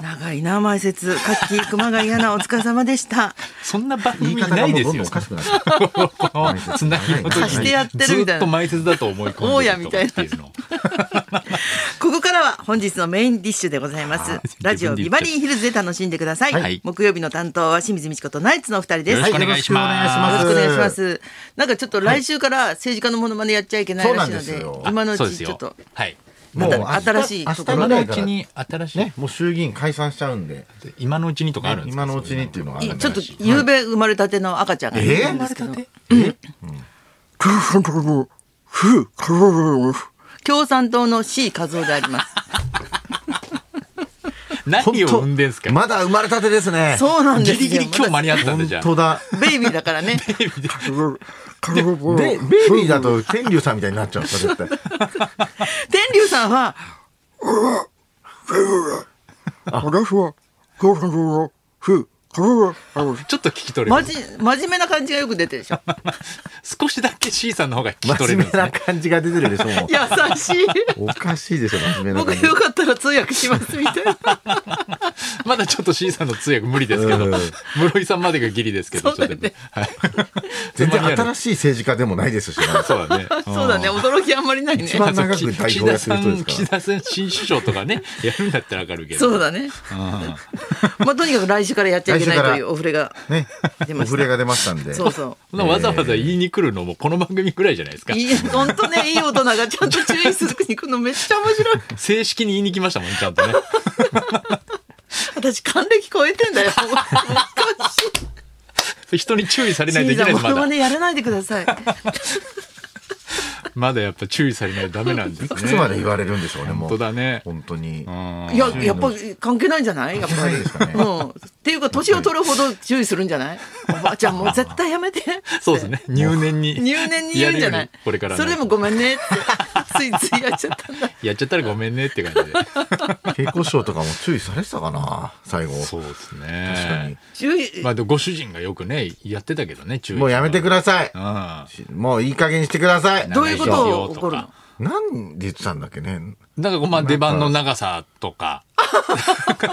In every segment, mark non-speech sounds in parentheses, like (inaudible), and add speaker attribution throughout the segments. Speaker 1: 長いな前説カッキー熊谷アナお疲れ様でした
Speaker 2: そんなば
Speaker 3: 言
Speaker 2: 意
Speaker 3: い
Speaker 2: 味
Speaker 3: 方
Speaker 2: な
Speaker 3: が
Speaker 2: い
Speaker 3: もう
Speaker 2: で
Speaker 3: ど
Speaker 2: す
Speaker 3: んどん
Speaker 2: よ。
Speaker 3: おかし
Speaker 2: こ
Speaker 3: くなってる
Speaker 2: のつなぎの時
Speaker 1: 貸してやってるみたいな
Speaker 2: ずっと前説だと思い込んでる
Speaker 1: 大家みたいな
Speaker 2: 人ってうの
Speaker 1: ここからは本日のメインディッシュでございますラジオビバリーヒルズで楽しんでください、
Speaker 2: はい
Speaker 1: 木曜日の担当は清水美智子とナイツのお二人です
Speaker 2: よろしくお願いします
Speaker 1: よろしくお願いします。なんかちょっと来週から政治家のモノマネやっちゃいけないらしいの
Speaker 3: そう
Speaker 1: で、
Speaker 3: なんですよ
Speaker 1: 今のう
Speaker 2: そうです
Speaker 1: ちちょっ
Speaker 2: よ
Speaker 1: と。
Speaker 2: はい。
Speaker 3: もう明日
Speaker 1: 新しい
Speaker 3: 明日
Speaker 1: ところ
Speaker 2: 今
Speaker 3: ぐ
Speaker 2: の
Speaker 3: ら
Speaker 2: う
Speaker 3: いか
Speaker 2: ち
Speaker 3: ら
Speaker 2: に新しい、
Speaker 3: ねもう衆議院解散しちゃうんで
Speaker 2: 今のうちにとかあるんですか。
Speaker 3: 今のうちにっていうのがあ
Speaker 1: い
Speaker 3: る
Speaker 1: い
Speaker 3: ん
Speaker 1: ち
Speaker 3: で
Speaker 1: ょっと夕べ生まれたての赤ちゃんがい
Speaker 3: え
Speaker 1: るん
Speaker 3: ー
Speaker 1: ですけど、共産党の C 和夫であります。
Speaker 2: 何を
Speaker 3: 本当
Speaker 2: 産んでんすか。
Speaker 3: まだ生まれたてですね
Speaker 1: そうなんです
Speaker 2: ギ
Speaker 1: よ。
Speaker 2: リギリ今日間に合ったんで
Speaker 3: 本
Speaker 2: じゃあ。
Speaker 3: 当だ
Speaker 1: まだベイビーだからね。
Speaker 3: でベイビーだと天竜さんみたいになっちゃうそれって
Speaker 1: 天竜さんは
Speaker 2: ちょっと聞き取れ
Speaker 1: ま
Speaker 2: る。
Speaker 1: じ真面目な感じがよく出てるでしょ。
Speaker 2: 少しだけ C さんの方が聞き取
Speaker 3: 真
Speaker 2: れるんで
Speaker 3: 面
Speaker 2: す
Speaker 3: 目な
Speaker 2: ね。
Speaker 3: 感じが出てるでしょも
Speaker 1: 優しい。
Speaker 3: うおかしいでしょ真面目な
Speaker 1: 僕
Speaker 3: 感じ
Speaker 1: よかったら通訳しますみたいな。
Speaker 2: まだちょっと C さんの通訳無理ですけど、
Speaker 3: うん
Speaker 2: 室井さんまでがギリですけど、
Speaker 1: そうだよね
Speaker 2: ちょっとはい
Speaker 3: 全然
Speaker 2: つまりあの
Speaker 3: 新しい政治家でもないですしね
Speaker 2: そうだね。
Speaker 1: そうだね。驚きあんまりないね。
Speaker 3: 一番長く代表やってる人ですから
Speaker 2: 岸田さん、岸田さん新首相とかね、やるんだったらわかるけど。
Speaker 1: そうだね。 (laughs) まあとにかく来週からやっちゃいけないというお触れが
Speaker 3: ね
Speaker 1: 出
Speaker 3: お
Speaker 1: ました。
Speaker 3: 触れが出ましたんで
Speaker 1: そう
Speaker 2: (laughs)
Speaker 1: そう。
Speaker 2: そんなわざわざ言いに来るのもこの番組ぐらいじゃないですか。
Speaker 1: いい本当ねいい大人がちゃんと注意するに行くのめっちゃ面白い。
Speaker 2: 正式に言いに来ましたもん、ちゃん
Speaker 1: (laughs)
Speaker 2: とね。
Speaker 1: 私還暦超えてん
Speaker 2: (laughs)
Speaker 1: だよ。もうおかしい
Speaker 2: 人に注意されないと
Speaker 1: 新
Speaker 2: いけ
Speaker 1: さ
Speaker 2: ない
Speaker 1: ん
Speaker 2: です、
Speaker 1: も
Speaker 2: ま
Speaker 1: のま
Speaker 2: だ。
Speaker 1: ねやらないでください。
Speaker 2: まだやっぱ注意されないとダメなんです
Speaker 3: い
Speaker 2: ね。
Speaker 3: くつまで言われるんでしょうねもう
Speaker 2: 本当だね
Speaker 3: 本当に
Speaker 1: いややっぱ関係ないんじゃないやっぱり。
Speaker 3: 関係ないですかね
Speaker 1: うん。っていうか年を取るほど注意するんじゃない？おばあちゃんもう絶対やめて。
Speaker 2: そうですね。入念に。
Speaker 1: 入念に言うんじゃない
Speaker 2: やるようにこれから。
Speaker 1: それでも。ごめんねってついついやっちゃ
Speaker 2: (laughs)
Speaker 1: ったんだ。
Speaker 2: やっちゃったらごめんねって感
Speaker 1: (laughs)
Speaker 2: じで。
Speaker 3: 稽古師匠とかも注意されてたかな最後
Speaker 2: そうです
Speaker 3: 確かに
Speaker 2: ね。
Speaker 1: 注意
Speaker 2: まあでもご主人がよくね、やってたけどね、注意。
Speaker 3: もうやめてく
Speaker 2: れ。
Speaker 3: ださい
Speaker 2: うん。
Speaker 3: もういい加減にしてください
Speaker 1: どういうことを
Speaker 2: 長いですよ
Speaker 1: 起こるの
Speaker 2: とか？
Speaker 3: なんで言ってたんだっけね
Speaker 2: なんかこうまあ出番の長さ
Speaker 1: (laughs)
Speaker 2: とか。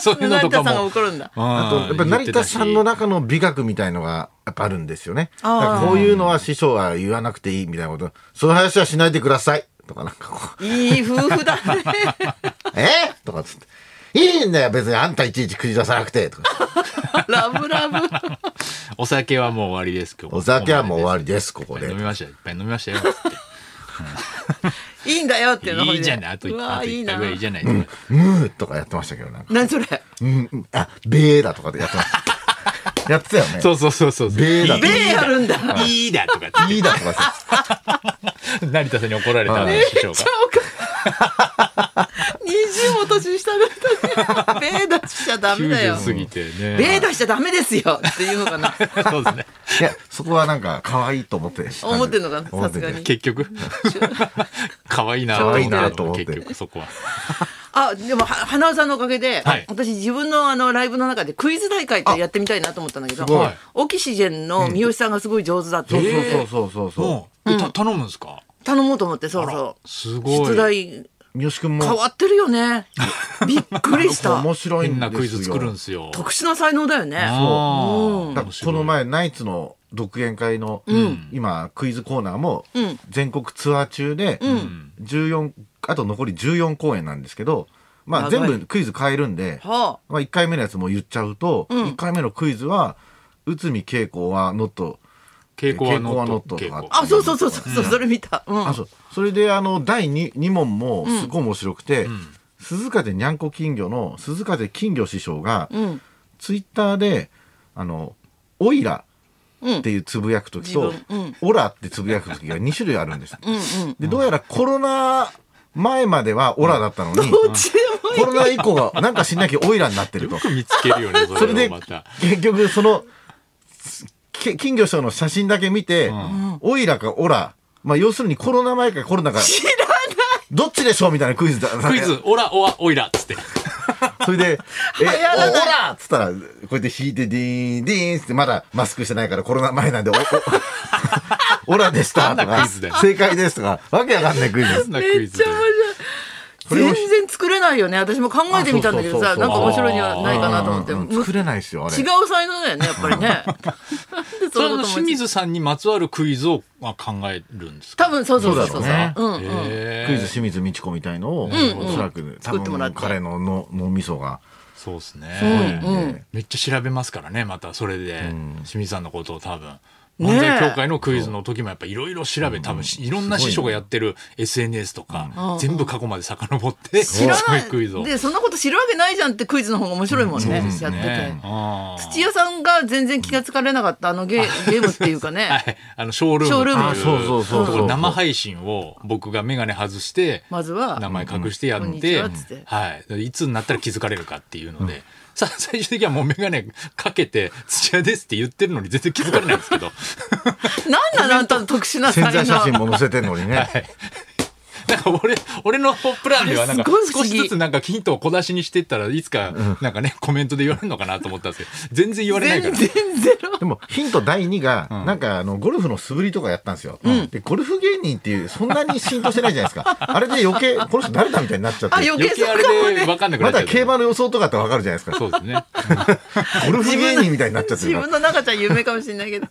Speaker 2: そういうの
Speaker 1: 成
Speaker 2: と
Speaker 1: 田
Speaker 2: か
Speaker 1: さんが
Speaker 2: も。
Speaker 1: 怒るんだ。
Speaker 3: あとやっぱ成田さんの中の美学みたいのがやっぱあるんですよねだ
Speaker 1: あー
Speaker 3: からこういうのは師匠は言わなくていいみたいなことその話はしないでくださいとかなんかこう (laughs)
Speaker 1: いい夫婦だね。 (laughs)
Speaker 3: 「えとかっつって「いいんだよ別にあんたいちいち口出さなくて」とか
Speaker 1: ラブラブ。
Speaker 2: お酒はもう終わりです
Speaker 3: 「お酒はもう終わ
Speaker 2: り。
Speaker 3: りですここで
Speaker 2: 飲みましたよいっぱい飲みましたよ。つっ
Speaker 3: (laughs)
Speaker 1: いいんだよっていうの
Speaker 2: て
Speaker 1: ほで
Speaker 2: いいじゃない。あと一
Speaker 1: うわ
Speaker 2: あと
Speaker 1: いい
Speaker 2: 一
Speaker 1: な
Speaker 2: 杯ぐらいいいじゃないですか。
Speaker 3: 「むー」とかやってましたけどなんか
Speaker 1: 何それベ
Speaker 3: 「うんうんあべー」だとかでやってましたやってたよね
Speaker 2: そうそうそうそう。
Speaker 3: ベーだベ
Speaker 1: ーあるんだ
Speaker 2: いいだとかって
Speaker 3: いいだとかさ
Speaker 2: 成田さんに怒られた
Speaker 3: はい
Speaker 2: 師匠が。
Speaker 1: (laughs) 20も年下だったねベー出しちゃダメだよ
Speaker 2: 90過ぎてね。
Speaker 1: ベー出しちゃダメですよっていうのかな
Speaker 2: そうですね。
Speaker 3: いやそこはなんか可愛いと思って
Speaker 1: 思ってんのかな
Speaker 3: 思ってて
Speaker 1: さすがに
Speaker 2: 結
Speaker 3: (laughs)
Speaker 2: 局。可愛いなと思っ
Speaker 3: 可愛いなと思って
Speaker 2: 結局そこは。
Speaker 1: あでもは花輪さんのおかげで、
Speaker 2: はい
Speaker 1: 私自分のあのライブの中でクイズ大会ってやってみたいなと思ったんだけど
Speaker 3: あすごい
Speaker 1: オキシジェンの三好さんがすごい上手だって、
Speaker 3: そうそうそうそうそう
Speaker 2: う。えた頼むんですか
Speaker 1: 頼もうと思ってそう
Speaker 2: あ
Speaker 1: そ
Speaker 2: らす
Speaker 1: う
Speaker 2: ご
Speaker 1: 出
Speaker 2: い。
Speaker 1: 題
Speaker 3: 三好君も
Speaker 1: 変わってるよ
Speaker 3: (laughs)
Speaker 1: ねびっくりし
Speaker 3: この
Speaker 1: た
Speaker 3: 子面白いん
Speaker 2: 変
Speaker 3: ですよ
Speaker 2: なクイズ作るんですよ。
Speaker 1: 特殊な才能だよね
Speaker 2: あ
Speaker 3: だ
Speaker 2: あ。
Speaker 3: から
Speaker 2: 面
Speaker 3: こ
Speaker 2: 白い
Speaker 3: の前ナイツの独演会の、今クイズコーナーも
Speaker 1: ん
Speaker 3: 全国ツアー中で、14あと残り14公演なんですけど、まあ、全
Speaker 1: 長い
Speaker 3: 部クイズ変えるんで、
Speaker 1: は
Speaker 3: まあ、1回目のやつも言っちゃうと、一1回目のクイズは内海恵子はノット
Speaker 2: 傾向はノット。
Speaker 3: 蛍光はノットとか
Speaker 1: ああそうそうそうそうそう、それ見た、うん、
Speaker 3: あそうそれであの第 2, 二問もすごい面白くて、鈴風にゃんこ金魚の鈴風金魚師匠が、
Speaker 1: ん
Speaker 3: ツイッターで「あのオイラ」
Speaker 1: うん
Speaker 3: っていうつぶやく時と
Speaker 1: 自分うん
Speaker 3: 「オラ」ってつぶやく時が2種類あるんです。
Speaker 1: (laughs) うんうん
Speaker 3: でどうやらコロナ前までは「オラ」だったのに、
Speaker 1: (laughs) どっちでもいい
Speaker 3: コロナ以降はなんか知んなきゃオイラになってると
Speaker 2: よ。く見つけるよね、そ
Speaker 3: そ
Speaker 2: れ
Speaker 3: れで
Speaker 2: をまた。
Speaker 3: 結局そのけ金魚師匠の写真だけ見て、オイラかオラ、まあ、要するにコロナ前かコロナか
Speaker 1: 知らない
Speaker 3: どっちでしょうみたいなクイズだ。
Speaker 2: クイズ、オラ、オア、オイラっつって。
Speaker 3: それで、え、
Speaker 1: (laughs)
Speaker 3: お
Speaker 1: 流行らない
Speaker 3: オラっつったら、こうやって弾いて、ディーン、ディーンっつって、まだマスクしてないからコロナ前なんで、お、お、オラでしたと (laughs)
Speaker 2: なんだ
Speaker 3: か
Speaker 2: クイズだよ、
Speaker 3: 正解ですとか、わけわかんないクイズです。
Speaker 2: なクイズ
Speaker 1: めっちゃ面白い
Speaker 3: それを
Speaker 1: 全然作れないよね私も考えてみたんだけど
Speaker 3: あ
Speaker 1: さ
Speaker 3: そうそ
Speaker 1: な
Speaker 3: うそう
Speaker 1: んか面白いんじゃないかなと思って
Speaker 3: うんうんうん
Speaker 1: む
Speaker 3: 作れないですよあれ
Speaker 1: 違う才能だよねやっぱりねなんで
Speaker 2: そ
Speaker 1: んな
Speaker 2: れはあ
Speaker 1: こ
Speaker 2: の
Speaker 1: とも
Speaker 2: 清水さんにまつわるクイズをまあ考えるんですか
Speaker 1: 多分そうそうそうそう
Speaker 3: そうだ
Speaker 1: う
Speaker 3: ろ
Speaker 1: んうん
Speaker 2: へー
Speaker 3: クイズ清水美智子みたいのを、おそらく多
Speaker 1: 作ってもらっ
Speaker 3: 分
Speaker 1: て
Speaker 3: 彼のの脳みそが
Speaker 2: そうです
Speaker 1: う
Speaker 2: ね、
Speaker 1: んうん
Speaker 3: ね
Speaker 2: めっちゃ調べますからねまたそれで、
Speaker 3: ん
Speaker 2: 清水さんのことを多分
Speaker 1: ねえ
Speaker 2: 漫才協会のクイズの時もやっぱいろいろ調べ、多分しいろんな師匠がやってる SNS とか、
Speaker 1: うん
Speaker 2: 全部過去まで遡って、
Speaker 1: 知らな
Speaker 2: そううクイズを
Speaker 1: い。でそんなこと知るわけないじゃんってクイズの方が面白いもんねやってて
Speaker 2: ねあー
Speaker 1: 土屋さんが全然気がつかれなかったあのゲゲームっていうか
Speaker 2: は
Speaker 1: ね
Speaker 2: い、あのショールームっていう
Speaker 1: あ
Speaker 3: そうそうそうそう
Speaker 2: とこ生配信を僕が眼鏡外して
Speaker 1: まずは
Speaker 2: 名前隠してや
Speaker 1: こん
Speaker 2: っ
Speaker 1: にち
Speaker 2: て,、
Speaker 1: はっつって
Speaker 2: はい、いつになったら気づかれるかっていうので、さ最終的にはもう眼鏡かけて「土屋です」って言ってるのに全然気づかれないんで
Speaker 1: (laughs)
Speaker 2: すけど
Speaker 1: なんなんあんたの特殊な才
Speaker 3: 潜
Speaker 1: 能
Speaker 3: 在写真も載せてんのにね、
Speaker 2: なんか俺俺のプランではなんか
Speaker 1: あれすごい不
Speaker 2: 少
Speaker 1: 思
Speaker 2: し
Speaker 1: 議
Speaker 2: ずつなんかヒントを小出しにしてったらいつかなんかね、コメントで言われるのかなと思ったんですけど全然言われないか
Speaker 1: 全
Speaker 2: ら。
Speaker 1: 然ゼロ
Speaker 3: でもヒント第2が、
Speaker 2: ん
Speaker 3: なんかあのゴルフの素振りとかやったんですよ、でゴルフ芸人っていうそんなに浸透してないじゃないですかあれで余計この人誰だみたいになっちゃっ
Speaker 1: あ
Speaker 3: て
Speaker 1: 余計
Speaker 2: 余
Speaker 1: そ
Speaker 2: 計
Speaker 1: こ
Speaker 2: あ
Speaker 1: も
Speaker 2: れで
Speaker 1: ね
Speaker 2: 分かんなくな
Speaker 3: ま
Speaker 2: っちゃ
Speaker 3: だ
Speaker 2: う。
Speaker 3: 競馬の予想とかってわかるじゃないですか
Speaker 2: そうですね。
Speaker 3: ゴルフ芸人みたいになっちゃって
Speaker 1: 自
Speaker 3: るから
Speaker 1: 分の中じゃ夢かもしれないけど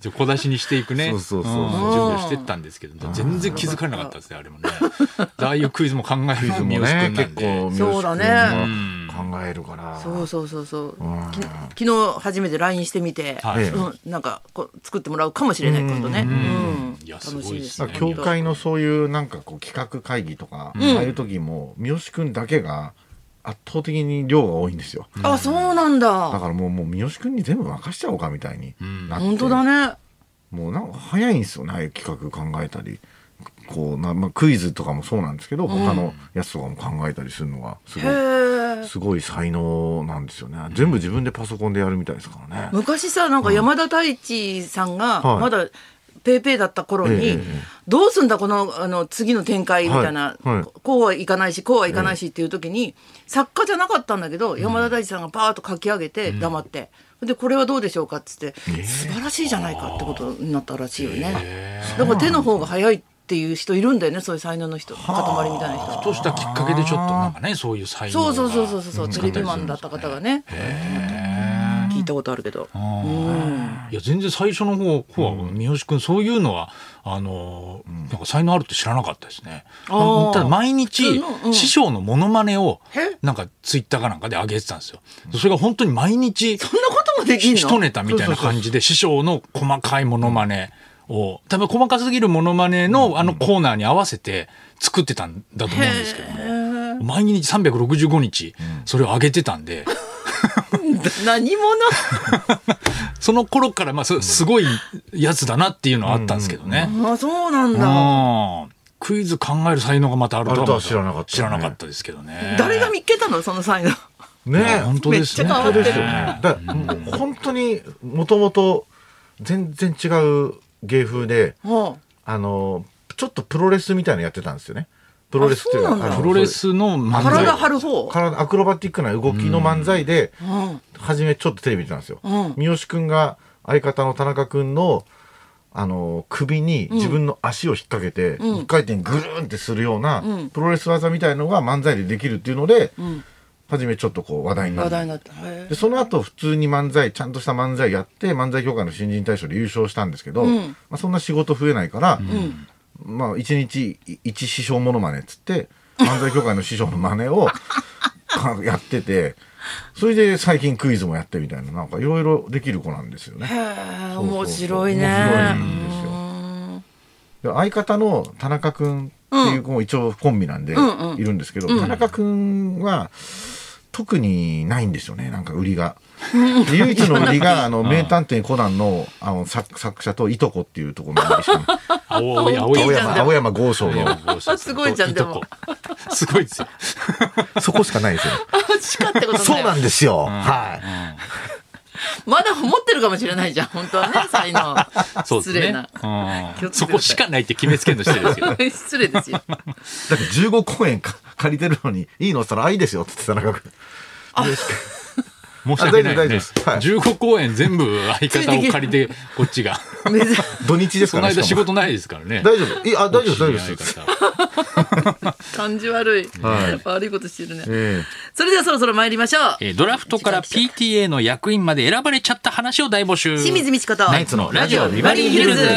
Speaker 2: じゃあ小出しにしていくね
Speaker 3: そうそうそう
Speaker 2: 準
Speaker 3: ん
Speaker 2: 備をしてったんですけど全然気づかれなかったですねあれも
Speaker 1: (laughs)
Speaker 2: ねああいうクイズも考える
Speaker 3: クイズ
Speaker 2: の
Speaker 3: も
Speaker 2: 三好君
Speaker 3: ね
Speaker 2: な
Speaker 3: 結
Speaker 2: んで
Speaker 3: 構三
Speaker 1: そうだね
Speaker 3: 好君も考えるから
Speaker 1: そうそうそうそう
Speaker 3: うん
Speaker 1: き昨日初めて LINE してみて、
Speaker 2: はい
Speaker 1: うん、なんかこう作ってもらうかもしれないことね、うん
Speaker 2: いやすご
Speaker 1: 楽
Speaker 2: い
Speaker 1: しいで
Speaker 2: ですす
Speaker 3: だ
Speaker 2: ね
Speaker 1: ね
Speaker 3: から協会のそういうなんかこう企画会議とか、ああいう時も三好君だけが圧倒的に量が多いんですよ
Speaker 1: あそうなん
Speaker 3: だ
Speaker 1: だ
Speaker 3: からもうもう三好君に全部任しちゃおうかみたいになって、
Speaker 1: 本当だね
Speaker 3: もうなんか早いんですよねああいう企画考えたりこうな、まあ、クイズとかもそうなんですけど、他のやつとかも考えたりするのがす
Speaker 1: へ
Speaker 3: ごい
Speaker 1: え
Speaker 3: すごい才能なんですよね全部自分でパソコンでやるみたいですからね。
Speaker 1: 昔さなんか山田太一さんが
Speaker 3: はい
Speaker 1: まだペーペーだった頃
Speaker 3: えええ
Speaker 1: に
Speaker 3: え
Speaker 1: どうすんだこのあの次の展開みたいな
Speaker 3: はいはい
Speaker 1: こうはいかないしこうはいかないしっていう時に作家じゃなかったんだけど山田大地さんがパーッと書き上げて黙ってでこれはどうでしょうかっつって
Speaker 3: え
Speaker 1: 素晴らしいじゃないかってことになったらしいよね
Speaker 2: へ
Speaker 1: だから手の方が早いっていう人いるんだよねそういう才能の人塊みたいな人
Speaker 2: ふとしたきっかけでちょっとなんかねそういう才能
Speaker 1: そう
Speaker 2: が
Speaker 1: そうそうそうそうテレビマンだった方がね聞いたことあるけど
Speaker 2: いや全然最初の方方は三好君そういうのはあのーなんか才能あるって知らなかったですね。
Speaker 1: あー
Speaker 2: ただ毎日
Speaker 1: 普通のうん
Speaker 2: 師匠のモノマネを
Speaker 1: へ
Speaker 2: なんかツイッターかなんかで上げてたんですよ。それが本当に毎日
Speaker 1: そんなこともできんの
Speaker 2: 一ネタみたいな感じで師匠の細かいモノマネを多分細かすぎるモノマネのあのコーナーに合わせて作ってたんだと思うんですけども毎日365日それを上げてたんで
Speaker 1: 何者 (laughs)
Speaker 2: その頃からまあそすごいやつだなっていうのはあったんですけどね。
Speaker 1: あそうなんだ。
Speaker 2: うんクイズ考える才能がまたあると
Speaker 3: あるとは
Speaker 2: は
Speaker 3: 知らなかったね
Speaker 2: 知らなかったですけどね。
Speaker 1: 誰が見っけたのその才能。
Speaker 3: ね
Speaker 2: いや本当ですね。
Speaker 1: めっちゃ変わってる
Speaker 3: だからもう本当にもともと全然違う芸風で
Speaker 1: は
Speaker 3: あのちょっとプロレスみたいなのやってたんですよね。プロレスっていう
Speaker 1: あ
Speaker 3: か
Speaker 1: そうなんだ
Speaker 3: あの
Speaker 2: プロレスの
Speaker 1: あ
Speaker 2: 漫才
Speaker 1: 体張る方。
Speaker 3: 体アクロバティックな動きの漫才で、
Speaker 1: うん。
Speaker 3: 初めちょっとテレビ見てたんですよ、
Speaker 1: うん
Speaker 3: 三好くんが相方の田中くんのあの首に自分の足を引っ掛けて、
Speaker 1: うん
Speaker 3: 一回転ぐるーんってするような、
Speaker 1: うん
Speaker 3: プロレス技みたいのが漫才でできるっていうので、
Speaker 1: ん
Speaker 3: 初めちょっとこう話題にな
Speaker 1: 話題
Speaker 3: る
Speaker 1: になった。へ
Speaker 3: でその後普通に漫才ちゃんとした漫才やって漫才協会の新人大賞で優勝したんですけど、
Speaker 1: うん
Speaker 3: まあ、そんな仕事増えないから、
Speaker 1: ん
Speaker 3: まあ、一日い一師匠モノマネっつって漫才協会の師匠の真似
Speaker 1: (laughs)
Speaker 3: をかやっててそれで最近クイズもやってみたいななんかいろいろできる子なんですよね。
Speaker 1: え。
Speaker 3: そうそう
Speaker 1: 面白いね。
Speaker 3: 面白いんですよで相方の田中くんっていう子も一応コンビなんで
Speaker 1: んうん
Speaker 3: いるんですけど、田中くんは特にないんですよねなんか売りが。で唯一の売りが「あの名探偵コナンの」あの作作者といとこっていうところの一緒に
Speaker 2: 青い青い
Speaker 1: いい
Speaker 3: 青
Speaker 1: じゃん
Speaker 3: 山青山豪商の
Speaker 1: すごいじゃんでも。
Speaker 2: すごいですよ。
Speaker 3: そこしかないですよ。
Speaker 1: うん。しかってことね。
Speaker 3: そうなんですよ。はい。
Speaker 1: まだ思ってるかもしれないじゃん。本当は
Speaker 3: (laughs)
Speaker 1: ね、才能。 (laughs)
Speaker 2: そうです
Speaker 1: 失礼
Speaker 2: ね
Speaker 1: な。。
Speaker 2: う
Speaker 1: 気をつけて
Speaker 2: ん
Speaker 1: ください
Speaker 2: そこしかないって決めつけんとしてるんですけど。
Speaker 1: 失礼ですよ。
Speaker 3: だって15公演か借りてるのに、いいのそしたら、あ、いいですよって言ってた中君。
Speaker 4: 申し訳ないね、
Speaker 3: あ大丈夫大丈夫です
Speaker 1: (laughs)
Speaker 3: はい
Speaker 4: 15公演全部相方を借りてこっちが
Speaker 1: 珍しい
Speaker 3: 土日です
Speaker 4: そ
Speaker 3: か
Speaker 4: の
Speaker 3: らね
Speaker 4: 間
Speaker 3: し
Speaker 4: 仕
Speaker 3: かも
Speaker 4: 事ないですからね
Speaker 3: 大丈夫いやあ大丈夫です大丈夫です
Speaker 4: す
Speaker 1: (laughs) 感じ悪い、
Speaker 3: はい
Speaker 1: 悪いことしてるね、
Speaker 3: え
Speaker 1: それではそろそろ参りましょう
Speaker 2: えードラフトから PTA の役員まで選ばれちゃった話を大募集
Speaker 1: 清水美智子と
Speaker 2: ナイツのラジオビバリーヒルズ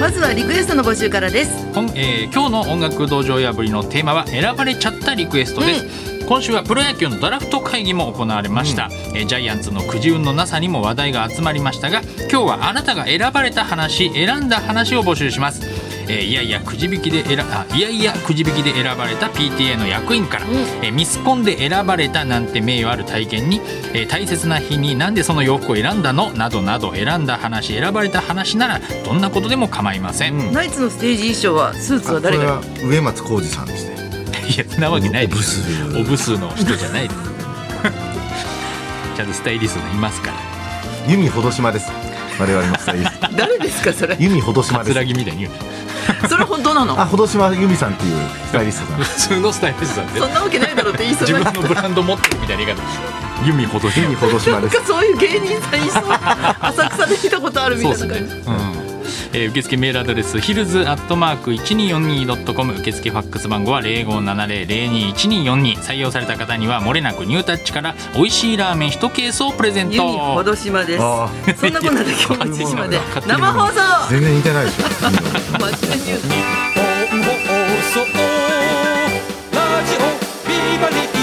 Speaker 1: まずはリクエストの募集からです
Speaker 2: 本えー今日の音楽道場破りのテーマは選ばれちゃったリクエストです、今週はプロ野球のドラフト会議も行われました、えージャイアンツのくじ運のなさにも話題が集まりましたが今日はあなたが選ばれた話選んだ話を募集します、えーいやいやくじ引きで選あいやいやくじ引きで選ばれた PTA の役員から、えーミスコンで選ばれたなんて名誉ある体験に、えー大切な日になんでその洋服を選んだのなどなど選んだ話選ばれた話ならどんなことでも構いません、
Speaker 3: うん
Speaker 1: ナイツのステージ衣装はスー
Speaker 3: え
Speaker 1: ツは誰が
Speaker 3: あこれは上松浩二さんですね
Speaker 2: いや、そんなわけないです。
Speaker 3: おブス
Speaker 2: おブスの人じゃ (laughs) ないです。ちゃんとスタイリストがいますから。
Speaker 3: 由美ほどしまです我々のスタイリスト
Speaker 1: 誰ですかそれ
Speaker 3: 由美ほどしま
Speaker 2: カ
Speaker 3: で
Speaker 2: ツ
Speaker 3: す
Speaker 2: ラギみたいに言うな。
Speaker 1: それ本当なの
Speaker 3: あほどしま由美さんっていうスタイリストさん
Speaker 2: 普通のスタイリストなんで
Speaker 1: そんなわけないだろうって言いそう
Speaker 2: 自
Speaker 1: なな
Speaker 2: 分
Speaker 1: ん
Speaker 2: のブランド持ってるみたいな言い方。弓ほど
Speaker 3: 由美ほどしまです
Speaker 1: かそういう芸人さんいそう浅草で見たことあるみ
Speaker 2: そ
Speaker 1: た
Speaker 2: う
Speaker 1: い
Speaker 2: です
Speaker 1: な
Speaker 2: ね
Speaker 1: 感じ。
Speaker 2: えー受付メールアドレスヒルズアットマーク一二四二ドットコム受付ファックス番号は零五七零零二一二四二採用された方にはもれなくニュータッチから美味しいラーメン一ケースをプレゼント。
Speaker 1: ユニほど島です
Speaker 3: あ
Speaker 1: そんなこんなで今日も1時まで生放送
Speaker 3: 全然似てないでしょ
Speaker 1: 間違いニュース
Speaker 5: 日本放送ラジオビバリー